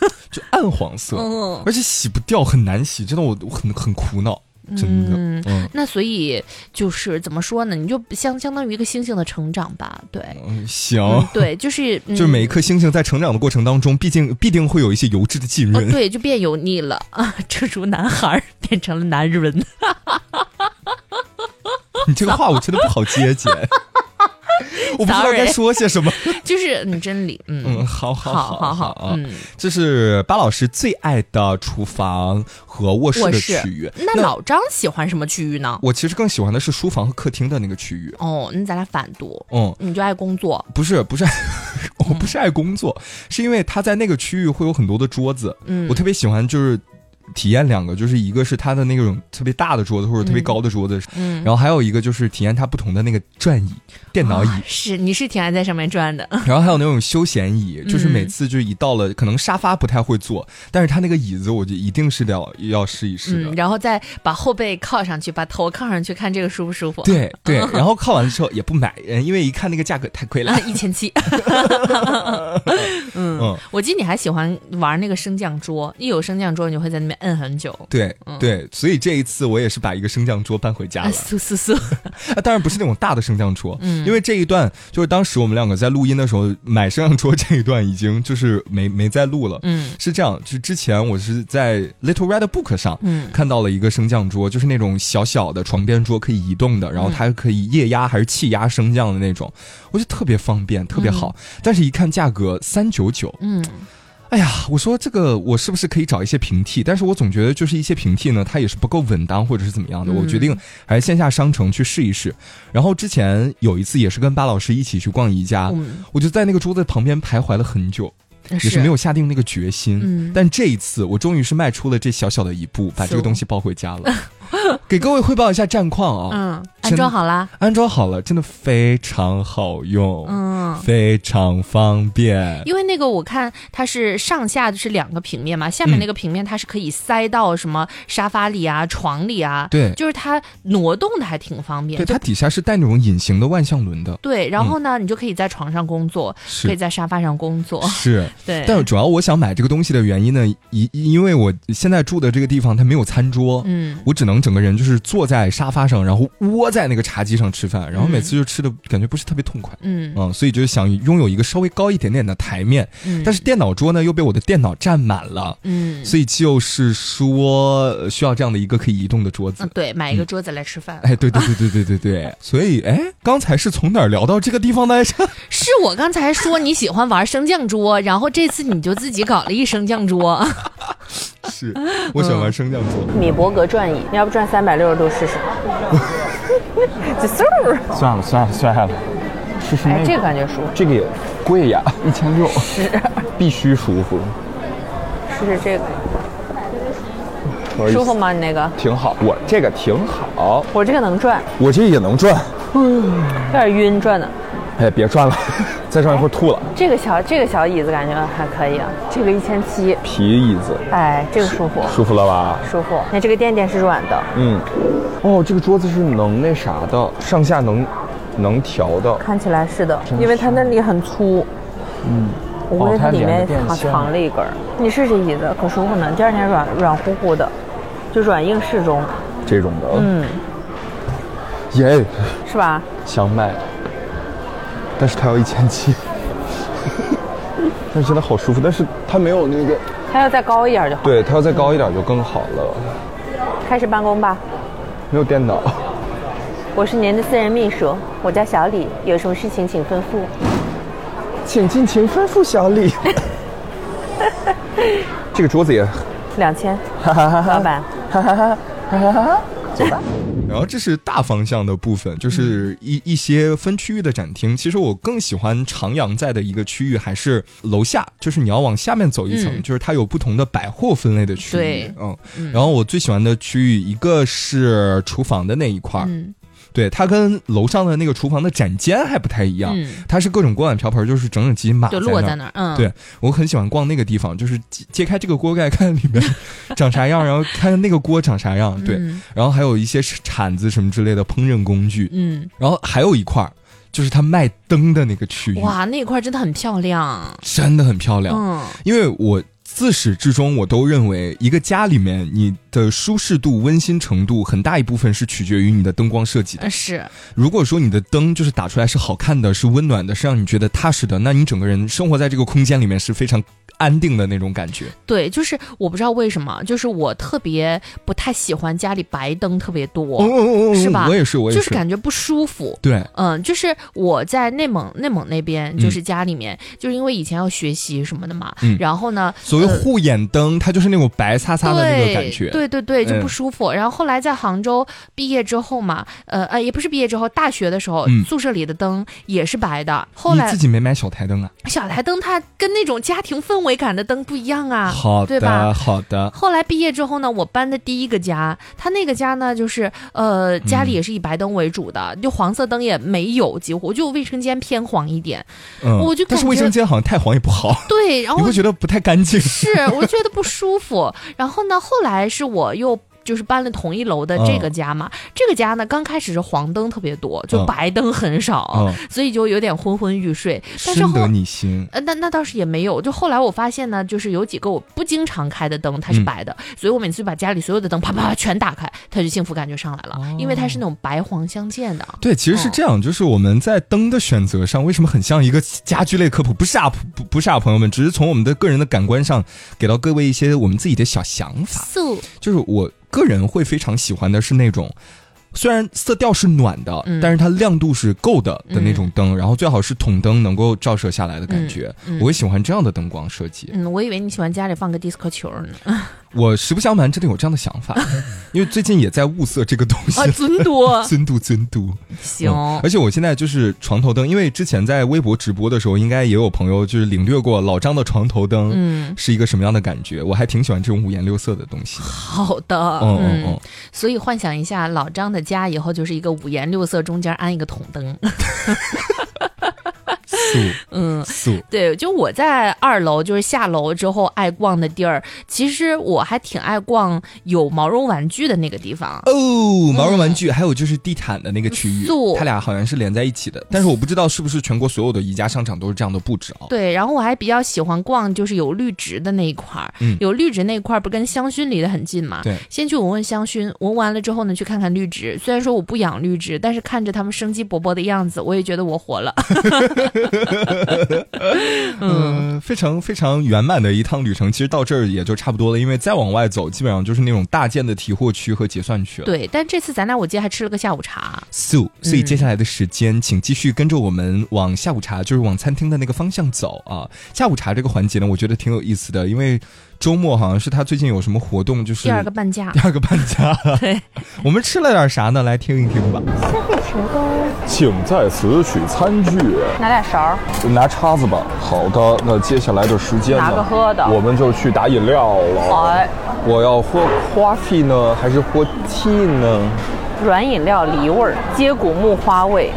就暗黄色，
嗯
而且洗不掉，很难洗，真的我我很很苦恼，真的，
嗯
嗯。
那所以就是怎么说呢？你就相相当于一个星星的成长吧，对，
嗯行，
嗯、对，就是、嗯、
就是每一颗星星在成长的过程当中，毕竟必定会有一些油脂的浸
哦
润。，
对，就变油腻了 啊，正如男孩儿变成了男人，
你这个话我真的不 好接姐， 我不知道
Sorry
该说些什么。
就是嗯，真理，嗯，
嗯，好
好
好
好
好啊，
嗯，
这是巴老师最爱的厨房和卧室
卧
的
室
区域。
那老张喜欢什么区域呢？
我其实更喜欢的是书房和客厅的那个区域。
哦，那咱俩反读，
嗯，
你就爱工作，
不是不是，
嗯
我不是爱工作，是因为他在那个区域会有很多的桌子，
嗯
我特别喜欢就是。体验两个，就是一个是它的那种特别大的桌子或者特别高的桌子，
嗯
然后还有一个就是体验它不同的那个转椅、电脑椅，
啊是你是挺爱在上面转的，
然后还有那种休闲椅，
嗯
就是每次就一到了可能沙发不太会坐，但是它那个椅子我就一定是得要要试一试的。
嗯，然后再把后背靠上去，把头靠上去，看这个舒不舒服。
对对，
嗯
然后看完了之后也不买，嗯因为一看那个价格太亏了
啊，。 一千七。嗯
嗯，
我记得你还喜欢玩那个升降桌，一有升降桌，你就会在那边摁很久。
对对，所以这一次我也是把一个升降桌搬回家
嗯啊，
了，
嗖嗖嗖！
啊当然不是那种大的升降桌，
嗯
因为这一段就是当时我们两个在录音的时候，买升降桌这一段已经就是没没再录了。
嗯
是这样，就是之前我是在 Little Red Book 上，
嗯
看到了一个升降桌，就是那种小小的床边桌，可以移动的，
嗯
然后它可以液压还是气压升降的那种，我觉得特别方便，特别好。但是，一看价格三九九，
嗯，
哎呀，我说这个我是不是可以找一些平替？但是我总觉得就是一些平替呢，它也是不够稳当或者是怎么样
嗯
的。我决定还是线下商城去试一试。然后之前有一次也是跟巴老师一起去逛宜家，
嗯呃
我就在那个桌子旁边徘徊了很久。也
是
是没有下定那个决心。
嗯
但这一次，我终于是迈出了这小小的一步，把这个东西抱回家了。 给各位汇报一下战况啊、
嗯，
真
安装好啦。
安装好了，真的非常好用，
嗯，
非常方 便。
因为那个我看它是上下是两个平面嘛，下面
嗯
那个平面它是可以塞到什么沙发里啊、床里啊，
对
就是它挪动的还挺方便
对，。它底下是带那种隐形的万向轮的，
对，然后呢，你就可以在床上工作，
嗯是
可以在沙发上工作。
是。
对，
但主要我想买这个东西的原因呢，一因为我现在住的这个地方它没有餐桌，
嗯，
我只能整个人就是坐在沙发上，然后窝在那个茶几上吃饭，然后每次就吃的感觉不是特别痛快。
嗯
嗯，所以就是想拥有一个稍微高一点点的台面，
嗯
但是电脑桌呢又被我的电脑占满了，
嗯
所以就是说呃需要这样的一个可以移动的桌子
嗯，。对，买一个桌子来吃饭。
哎，对对对对对对对，所以哎，刚才是从哪儿聊到这个地方来着？
是我刚才说你喜欢玩升降桌，然后这次你就自己搞了一升降桌。
是我喜欢玩升降桌，
米伯格转椅，你要不转三百六十度试试？就嗖儿，
算了算了算了，试试那
哎，这个感觉舒服，
这个也贵呀，一千六，必须舒服，
试试这个
可
哎
以
舒服？吗？你那个，
挺好，我这个挺好，
我这个能转，
我这也能转，
有点晕转的。
哎，别转了， 再转一会儿吐了。
这个小这个小椅子感觉还可以啊，这个一千七，
皮椅子，
哎，这个舒服。
舒服了吧？
舒服，那这个垫垫是软的，
嗯，哦，这个桌子是能那啥的，上下能能调的。
看起来是的，因为它那里很粗。嗯，我估计它里面
哦它连着电
藏
线
藏了一根儿。你试试椅子，可舒服呢。第二天软软乎乎的，就软硬适中，
这种的，嗯，耶，
是吧？
想买，但是它要一千七，但是真的好舒服，但是它没有那个，
它要再高一点就好。
对，它要再高一点就更好了，
开始办公吧。
没有电脑，
我是您的私人秘书，我叫小李，有什么事情请吩咐。
请尽情吩咐小李。这个桌子也，
两 千，老板，
然后这是大方向的部分，就是一一些分区域的展厅。其实我更喜欢徜徉在的一个区域还是楼下，就是你要往下面走一层，
嗯
就是它有不同的百货分类的区域。
对
嗯。然后我最喜欢的区域一个是厨房的那一块儿，
嗯
对，它跟楼上的那个厨房的展间还不太一样，
嗯，
它是各种锅碗瓢盆就是整整齐齐码
就落
在
在
那儿。
那儿。嗯，
对，我很喜欢逛那个地方，就是揭揭开这个锅盖， 看里面长啥样，然后看那个锅长啥样。对，
嗯
然后还有一些铲子什么之类的烹饪工具，
嗯，
然后还有一块儿就是他卖灯的那个区域，
哇，那块儿真的很漂亮。
真的很漂亮。
嗯
因为我自始至终我都认为，一个家里面你的舒适度、温馨程度，很大一部分是取决于你的灯光设计的。
呃是，
如果说你的灯就是打出来是好看的，是温暖的，是让你觉得踏实的，那你整个人生活在这个空间里面是非常安定的那种感觉。
对，就是我不知道为什么，就是我特别不太喜欢家里白灯特别多，
哦
是吧
我也是，我也
就是感觉不舒服。
对，
嗯，就是我在内蒙内蒙那边，
嗯
就是家里面，就是因为以前要学习什么的嘛，
嗯
然后呢，
所所谓护眼灯，它就是那种白擦擦的那个
呃对
感觉。
对对对，就
嗯
不舒服。然后后来在杭州毕业之后嘛，呃呃，也不是毕业之后，大学的时候，
嗯
宿舍里的灯也是白的。后
你
来
自己没买小台灯啊？
小台灯它跟那种家庭氛围感的灯不一样啊，
好
对吧
的，？好的。
后来毕业之后呢，我搬的第一个家，他那个家呢，就是呃，家里也是以白灯为主的，就黄色灯也没有，几乎就卫生间偏黄一点。
嗯，
我就
但是
感
卫
觉
生间好像太黄也不好，
对，然
你
后
会觉得不太干净。
是，我觉得不舒服。然后呢，后来是我又。就是搬了同一楼的这个家
啊
嘛，这个家呢，刚开始是黄灯特别多，就
嗯
白灯很少，
嗯，
所以就有点昏昏欲睡。但是
深
后
得你心。
呃，那那倒是也没有。就后来我发现呢，就是有几个我不经常开的灯，它是
嗯
白的，所以我每次把家里所有的灯啪啪啪全打开，它就幸福感就上来了，
哦
因为它是那种白黄相间的。
对，其实
哦
是这样，就是我们在灯的选择上，为什么很像一个家居类科普？不是啊，不不是啊，朋友们，只是从我们的个人的感官上，给到各位一些我们自己的小想法。
素
就是我个人会非常喜欢的是那种。虽然色调是暖的，
嗯
但是它亮度是够的的那种灯，然后最好是筒灯能够照射下来的感觉，
嗯嗯
我会喜欢这样的灯光设计。
嗯，我以为你喜欢家里放个迪斯科球 呢。
我实不相瞒，真的有这样的想 法，因为最近也在物色这个东西
啊，，尊 多
尊度尊度。
行。
嗯而且我现在就是床头灯，因为之前在微博直播的时候，应该也有朋友就是领略过老张的床头灯，
嗯，
是一个什么样的感觉。我还挺喜欢这种五颜六色的东西的。
好的，
嗯嗯嗯，
所以幻想一下老张的家以后就是一个五颜六色，中间安一个筒灯，
素
嗯，
素，
对，就我在二楼，就是下楼之后爱逛的地儿，其实我还挺爱逛有毛绒玩具的那个地方。
哦，毛绒玩具，还有就是地毯的那个区域
嗯素，
它俩好像是连在一起的，但是我不知道是不是全国所有的宜家商场都是这样的布置哦。
对，然后我还比较喜欢逛，就是有绿植的那一块儿，
嗯
有绿植那一块儿不跟香薰离得很近嘛？
对
先去闻闻香薰，闻完了之后呢，去看看绿植。虽然说我不养绿植，但是看着它们生机勃勃的样子，我也觉得我活了。
嗯、非常非常圆满的一趟旅程，其实到这儿也就差不多了，因为再往外走，基本上就是那种大件的提货区和结算区了。
对，但这次咱俩我记得还吃了个下午茶。
素，所以接下来的时间，请继续跟着我们往下午茶，就是往餐厅的那个方向走啊。下午茶这个环节呢，我觉得挺有意思的，因为周末好像是他最近有什么活动，就是
第二个 半价
第，二个半价。
对，
我们吃了点啥呢？来听一听吧。
请在此取餐具，
拿俩勺儿，
拿叉子吧。好的，那接下来的时间呢？
拿个喝的
我们就去打饮料了。
哎，
我要喝 coffee 呢，还是喝 tea 呢？
软饮料梨味儿，接骨木花味。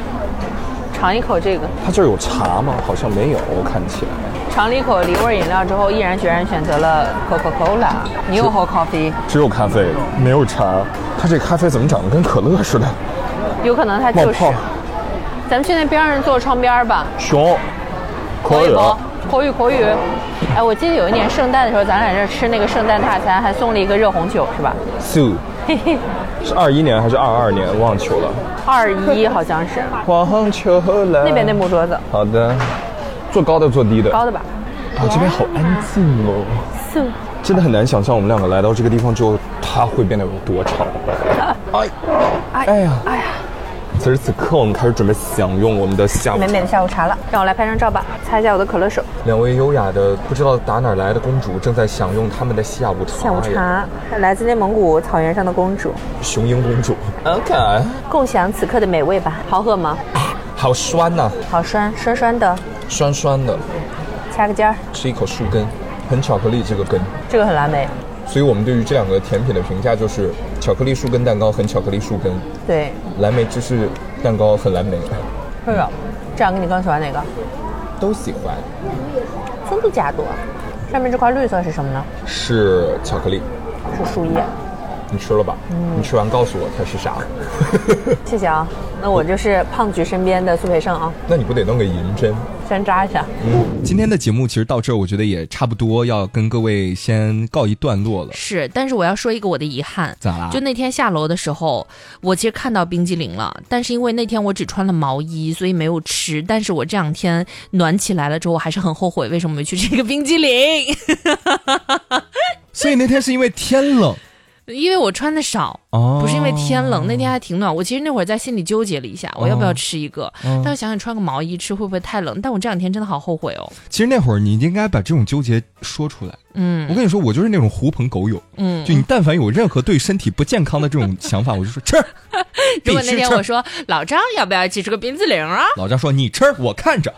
尝一口这个，
它这儿有茶吗？好像没有，我看起来
尝了一口梨味儿饮料之后，毅然决然选择了 Coca-Cola。你又喝 coffee，
只有咖啡，没有茶。它这咖啡怎么长得跟可乐似的，
有可能它
冒
就是。
泡？
咱们去那边儿坐窗边儿吧，
熊，可
口
以
语
了。
口语口语。哎，我记得有一年圣诞的时候，咱俩这吃那个圣诞大餐，还送了一个热红酒，是吧？
素，是二一年还是二二年？忘球了，
二一好像是
忘球了。
那边那木桌子，
好的，坐高的，坐低的。
高的吧？
啊，这边好安静哦。
素
真的很难想象我们两个来到这个地方之后，它会变得有 多吵。哎，哎呀，哎呀！此时此刻，我们开始准备享用我们的下午
美。美的下午茶了，让我来拍张照吧，擦一下我的可乐手。
两位优雅的、不知道打哪儿来的公主正在享用他们的下午茶。
下午，茶，来自内蒙古草原上的公主，
雄鹰公主。OK，
共享此刻的美味吧。好喝吗？
好酸呐、
好酸，酸酸的，
酸酸的，
掐个尖儿，
吃一口树根，很巧克力这个根。
这个很蓝莓。
所以我们对于这两个甜品的评价就是：巧克力树根蛋糕很巧克力树根，
对，
蓝莓芝士蛋糕很蓝莓，
这个，啊这样跟你更喜欢哪个？
都喜欢。
真的假的？上面这块绿色是什么呢？
是巧克力，
是树叶。
你吃了吧？你吃完告诉我它是啥，
谢谢啊，那我就是胖菊身边的苏培盛啊，
那你不得弄个银针？
先扎一下。
今天的节目其实到这儿，我觉得也差不多要跟各位先告一段落了。
是，但是我要说一个我的遗憾，
咋啦
就那天下楼的时候，我其实看到冰激凌了，但是因为那天我只穿了毛衣，所以没有吃。但是我这两天暖起来了之后，我还是很后悔为什么没去吃这个冰激凌。
所以那天是因为天冷，
因为我穿的少，
哦，
不是因为天冷，那天还挺暖。我其实那会儿在心里纠结了一下，我要不
哦
要吃一个？但我想想穿个毛衣吃会不会太冷？但我这两天真的好后悔哦。
其实那会儿你应该把这种纠结说出来。我
嗯
跟你说，我就是那种狐朋狗友，
嗯，
就你但凡有任何对身体不健康的这种想法，我就说吃。
如果
必
那
须
天
吃
我说老张要不要一起吃个冰激凌啊？
老张说你吃，我看着。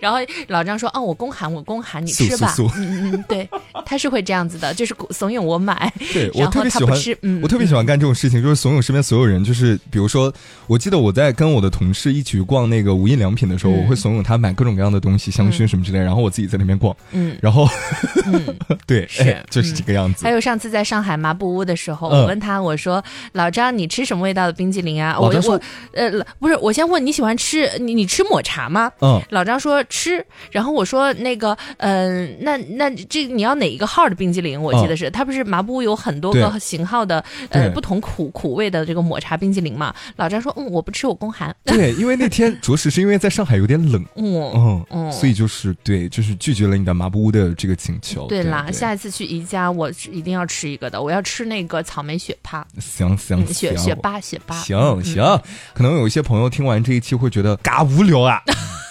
然后老张说啊，我公喊我公喊你
速
吃吧。
速速
嗯嗯嗯，对，他是会这样子的，就是鼓怂恿我买。
对我
然后
特别
他
喜
不
欢
吃嗯，
我特别喜欢干这种事情，就是怂恿身边所有人。就是比如说，我记得我在跟我的同事一起逛那个无印良品的时候，
嗯
我会怂恿他买各种各样的东西，香薰什么之类的，然后我自己在那边逛，
嗯，
然后
嗯，
对，
是嗯
哎就是这个样子
还。有上次在上海麻布屋的时候，
嗯
我问他，我说老张你吃什么味道的冰激凌啊？
老
我
张说
我呃不是，我先问你喜欢吃你你吃抹茶吗？
嗯，
老张说吃，然后我说那个，嗯、那那这你要哪一个号的冰激凌？我记得是，它不是麻布有很多个
嗯对
型号的，呃，
对
不同苦苦味的这个抹茶冰激凌嘛。老张说，嗯，我不吃，我宫寒。
对，因为那天着实是因为在上海有点冷，
嗯，
嗯，
嗯
所以就是对，就是拒绝了你的麻布屋的这个请求。
对啦，
对
下一次去宜家我是一定要吃一个的，我要吃那个草莓雪帕，
行行
嗯，雪
行
雪巴雪巴。
行行，
嗯
可能有一些朋友听完这一期会觉得嘎无聊啊，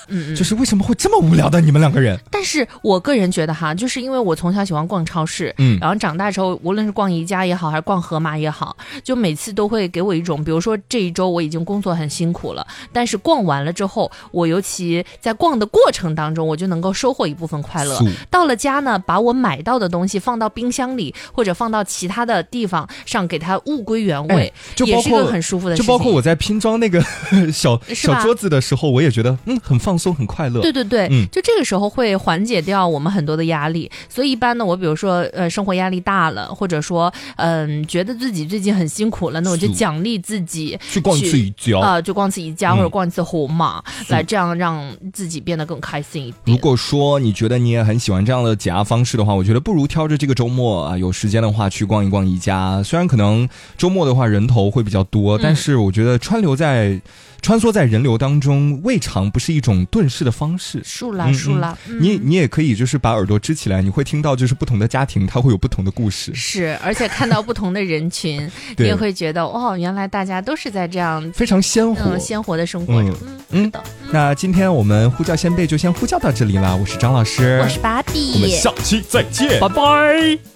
嗯嗯
就是为什么会这么无聊的你们两个人？
但是我个人觉得哈，就是因为我从小喜欢逛超市，
嗯
然后长大之后，无论是逛宜家也好，还是逛盒马也好，就每次都会给我一种，比如说这一周我已经工作很辛苦了，但是逛完了之后，我尤其在逛的过程当中，我就能够收获一部分快乐
素。
到了家呢，把我买到的东西放到冰箱里，或者放到其他的地方上，给它物归原位，
哎就
也
包
是一个
括
很舒服的事
就
情。
包括我在拼装那个 小
是吧
小桌子的时候，我也觉得嗯很放松，很快乐。
对对对，
嗯
就这个时候会缓解掉我们很多的压力。所以一般呢，我比如说呃，生活压力大了，或者说嗯、觉得自己最近很辛苦了，那我就是奖励自己
去逛一次
去
宜家。
啊、就逛次宜家
嗯
或者逛一次盒马，来这样让自己变得更开心一
如
点。
果说你觉得你也很喜欢这样的解压方式的话，我觉得不如挑着这个周末啊，有时间的话去逛一逛宜家。虽然可能周末的话人头会比较多，
嗯
但是我觉得川流在穿梭在人流当中，未尝不是一种遁世的方式。
树啦
嗯
树
嗯
啦，嗯
你你也可以就是把耳朵支起来，你会听到就是不同的家庭，它会有不同的故事。
是，而且看到不同的人群，你
对
也会觉得哦，原来大家都是在这样
非常鲜活
嗯。鲜活的生活着。嗯，
嗯，那今天我们呼叫先辈就先呼叫到这里啦。我是张老师，
我是芭比，
我们下期再见，
拜拜。